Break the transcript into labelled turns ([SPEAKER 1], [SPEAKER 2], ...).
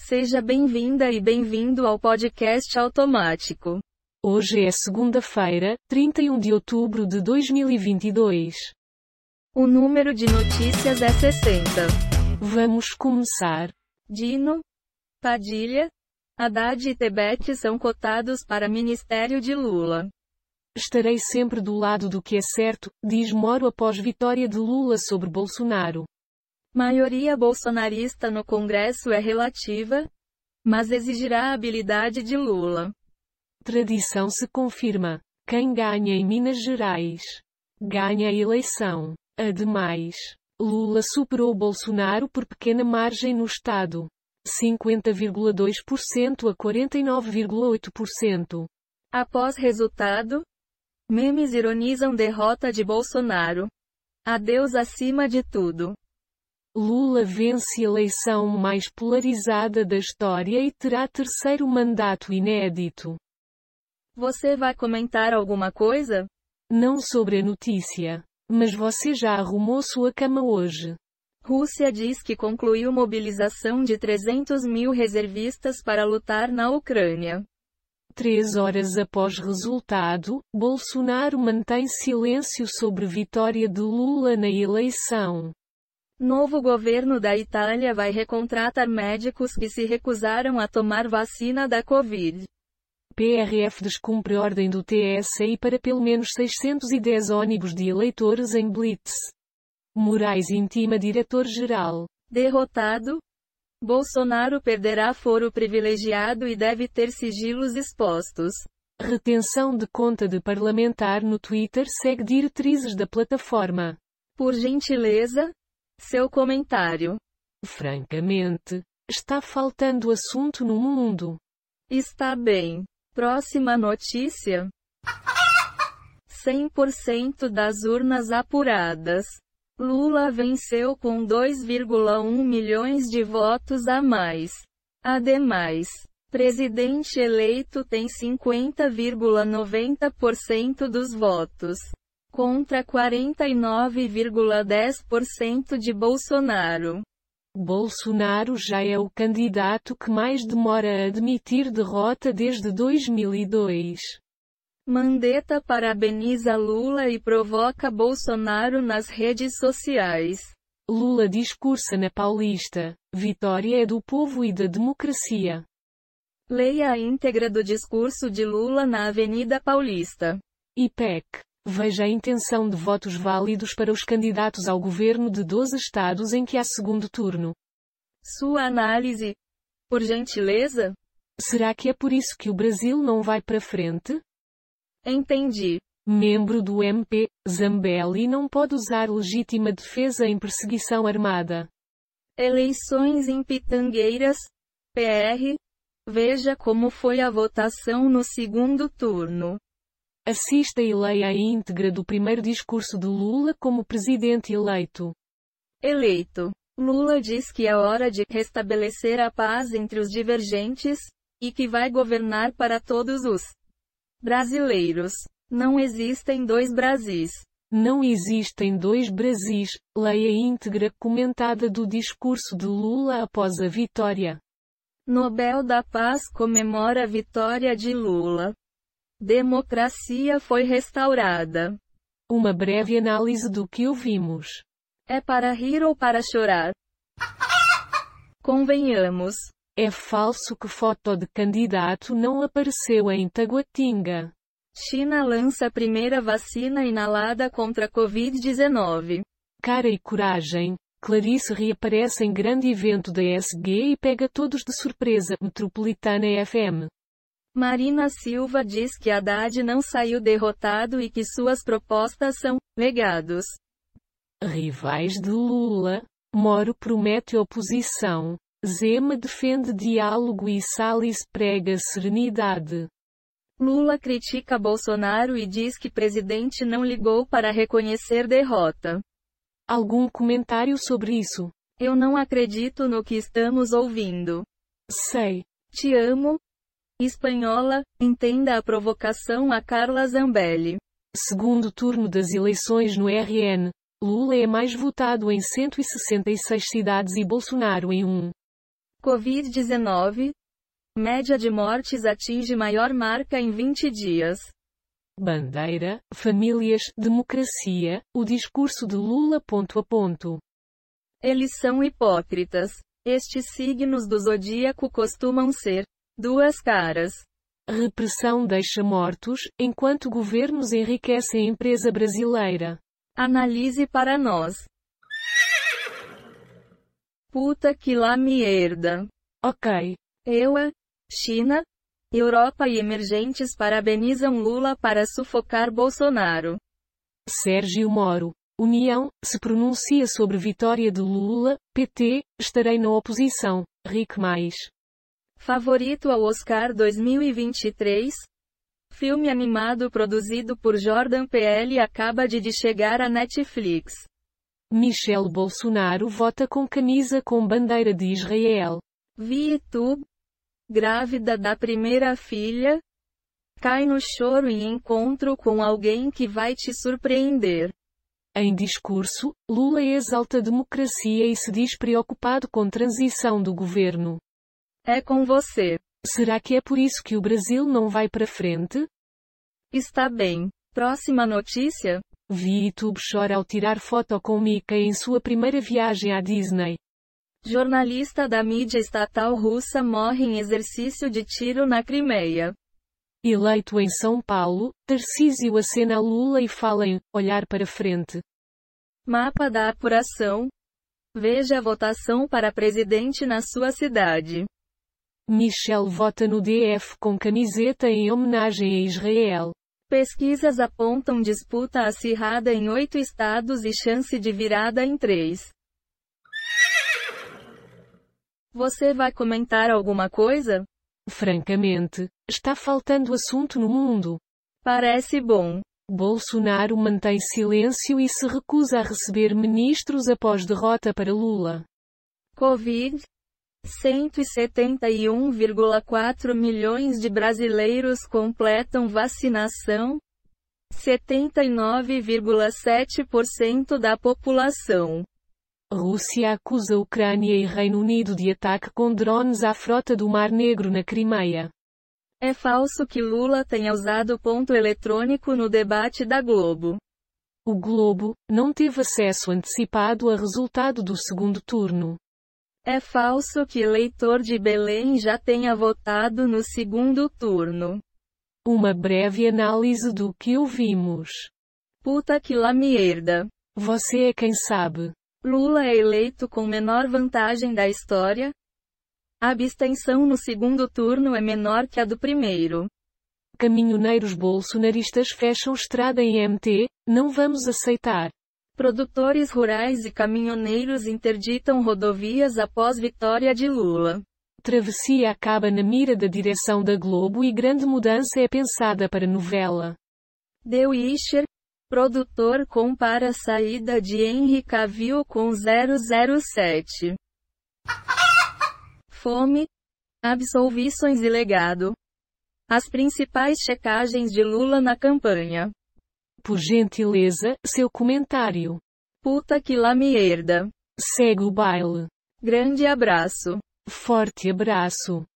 [SPEAKER 1] Seja bem-vinda e bem-vindo ao podcast automático.
[SPEAKER 2] Hoje é segunda-feira, 31 de outubro de 2022.
[SPEAKER 1] O número de notícias é 60.
[SPEAKER 2] Vamos começar.
[SPEAKER 1] Dino, Padilha, Haddad e Tebet são cotados para Ministério de Lula.
[SPEAKER 2] Estarei sempre do lado do que é certo, diz Moro após vitória de Lula sobre Bolsonaro.
[SPEAKER 1] Maioria bolsonarista no Congresso é relativa, mas exigirá a habilidade de Lula.
[SPEAKER 2] Tradição se confirma. Quem ganha em Minas Gerais? Ganha a eleição. Ademais, Lula superou Bolsonaro por pequena margem no Estado. 50,2% a 49,8%.
[SPEAKER 1] Após resultado, memes ironizam derrota de Bolsonaro. Adeus acima de tudo.
[SPEAKER 2] Lula vence a eleição mais polarizada da história e terá terceiro mandato inédito.
[SPEAKER 1] Você vai comentar alguma coisa?
[SPEAKER 2] Não sobre a notícia. Mas você já arrumou sua cama hoje.
[SPEAKER 1] Rússia diz que concluiu mobilização de 300 mil reservistas para lutar na Ucrânia.
[SPEAKER 2] Três horas após resultado, Bolsonaro mantém silêncio sobre vitória de Lula na eleição.
[SPEAKER 1] Novo governo da Itália vai recontratar médicos que se recusaram a tomar vacina da Covid.
[SPEAKER 2] PRF descumpre ordem do TSE para pelo menos 610 ônibus de eleitores em Blitz. Moraes intima diretor-geral.
[SPEAKER 1] Derrotado? Bolsonaro perderá foro privilegiado e deve ter sigilos expostos.
[SPEAKER 2] Retenção de conta de parlamentar no Twitter segue diretrizes da plataforma.
[SPEAKER 1] Por gentileza, seu comentário.
[SPEAKER 2] Francamente, está faltando assunto no mundo.
[SPEAKER 1] Está bem. Próxima notícia. 100% das urnas apuradas. Lula venceu com 2,1 milhões de votos a mais. Ademais, presidente eleito tem 50,90% dos votos, contra 49,10% de Bolsonaro.
[SPEAKER 2] Bolsonaro já é o candidato que mais demora a admitir derrota desde 2002.
[SPEAKER 1] Mandetta parabeniza Lula e provoca Bolsonaro nas redes sociais.
[SPEAKER 2] Lula discursa na Paulista. Vitória é do povo e da democracia.
[SPEAKER 1] Leia a íntegra do discurso de Lula na Avenida Paulista.
[SPEAKER 2] IPEC. Veja a intenção de votos válidos para os candidatos ao governo de 12 estados em que há segundo turno.
[SPEAKER 1] Sua análise. Por gentileza?
[SPEAKER 2] Será que é por isso que o Brasil não vai para frente?
[SPEAKER 1] Entendi.
[SPEAKER 2] Membro do MP, Zambelli não pode usar legítima defesa em perseguição armada.
[SPEAKER 1] Eleições em Pitangueiras, PR. Veja como foi a votação no segundo turno.
[SPEAKER 2] Assista e leia a íntegra do primeiro discurso de Lula como presidente eleito.
[SPEAKER 1] Eleito. Lula diz que é hora de restabelecer a paz entre os divergentes, e que vai governar para todos os brasileiros. Não existem dois Brasis.
[SPEAKER 2] Não existem dois Brasis. Leia a íntegra comentada do discurso de Lula após a vitória.
[SPEAKER 1] Nobel da Paz comemora a vitória de Lula. Democracia foi restaurada.
[SPEAKER 2] Uma breve análise do que ouvimos.
[SPEAKER 1] É para rir ou para chorar? Convenhamos.
[SPEAKER 2] É falso que foto de candidato não apareceu em Taguatinga.
[SPEAKER 1] China lança a primeira vacina inalada contra Covid-19.
[SPEAKER 2] Cara e coragem. Clarice reaparece em grande evento da SG e pega todos de surpresa. Metropolitana FM.
[SPEAKER 1] Marina Silva diz que Haddad não saiu derrotado e que suas propostas são legados.
[SPEAKER 2] Rivais de Lula. Moro promete oposição. Zema defende diálogo e Salles prega serenidade.
[SPEAKER 1] Lula critica Bolsonaro e diz que presidente não ligou para reconhecer derrota.
[SPEAKER 2] Algum comentário sobre isso?
[SPEAKER 1] Eu não acredito no que estamos ouvindo.
[SPEAKER 2] Sei.
[SPEAKER 1] Te amo. Espanhola, entenda a provocação a Carla Zambelli.
[SPEAKER 2] Segundo turno das eleições no RN. Lula é mais votado em 166 cidades e Bolsonaro em um.
[SPEAKER 1] Covid-19. Média de mortes atinge maior marca em 20 dias.
[SPEAKER 2] Bandeira, famílias, democracia, o discurso de Lula ponto a ponto.
[SPEAKER 1] Eles são hipócritas. Estes signos do zodíaco costumam ser duas caras.
[SPEAKER 2] Repressão deixa mortos, enquanto governos enriquecem a empresa brasileira.
[SPEAKER 1] Analise para nós. Puta que lá merda.
[SPEAKER 2] Ok.
[SPEAKER 1] EUA, China, Europa e emergentes parabenizam Lula para sufocar Bolsonaro.
[SPEAKER 2] Sérgio Moro. União, se pronuncia sobre vitória de Lula, PT, estarei na oposição. Rick mais.
[SPEAKER 1] Favorito ao Oscar 2023? Filme animado produzido por Jordan PL acaba de de chegar à Netflix.
[SPEAKER 2] Michel Bolsonaro vota com camisa com bandeira de Israel.
[SPEAKER 1] Vitu, grávida da primeira filha, cai no choro e encontro com alguém que vai te surpreender.
[SPEAKER 2] Em discurso, Lula exalta a democracia e se diz preocupado com transição do governo.
[SPEAKER 1] É com você.
[SPEAKER 2] Será que é por isso que o Brasil não vai para frente?
[SPEAKER 1] Está bem. Próxima notícia?
[SPEAKER 2] Vi YouTube chora ao tirar foto com Mickey em sua primeira viagem à Disney.
[SPEAKER 1] Jornalista da mídia estatal russa morre em exercício de tiro na Crimeia.
[SPEAKER 2] Eleito em São Paulo, Tarcísio acena a Lula e fala em olhar para frente.
[SPEAKER 1] Mapa da apuração. Veja a votação para presidente na sua cidade.
[SPEAKER 2] Michel vota no DF com camiseta em homenagem a Israel.
[SPEAKER 1] Pesquisas apontam disputa acirrada em oito estados e chance de virada em três. Você vai comentar alguma coisa?
[SPEAKER 2] Francamente, está faltando assunto no mundo.
[SPEAKER 1] Parece bom.
[SPEAKER 2] Bolsonaro mantém silêncio e se recusa a receber ministros após derrota para Lula.
[SPEAKER 1] Covid. 171,4 milhões de brasileiros completam vacinação. 79,7% da população.
[SPEAKER 2] Rússia acusa Ucrânia e Reino Unido de ataque com drones à frota do Mar Negro na Crimeia.
[SPEAKER 1] É falso que Lula tenha usado ponto eletrônico no debate da Globo.
[SPEAKER 2] O Globo não teve acesso antecipado a resultado do segundo turno.
[SPEAKER 1] É falso que eleitor de Belém já tenha votado no segundo turno.
[SPEAKER 2] Uma breve análise do que ouvimos.
[SPEAKER 1] Puta que lá merda.
[SPEAKER 2] Você é quem sabe.
[SPEAKER 1] Lula é eleito com menor vantagem da história? A abstenção no segundo turno é menor que a do primeiro.
[SPEAKER 2] Caminhoneiros bolsonaristas fecham estrada em MT, não vamos aceitar.
[SPEAKER 1] Produtores rurais e caminhoneiros interditam rodovias após vitória de Lula.
[SPEAKER 2] Travessia acaba na mira da direção da Globo e grande mudança é pensada para novela.
[SPEAKER 1] The Witcher. Produtor compara a saída de Henry Cavill com 007. Fome. Absolvições e legado. As principais checagens de Lula na campanha.
[SPEAKER 2] Por gentileza, seu comentário.
[SPEAKER 1] Puta que lá merda.
[SPEAKER 2] Segue o baile.
[SPEAKER 1] Grande abraço.
[SPEAKER 2] Forte abraço.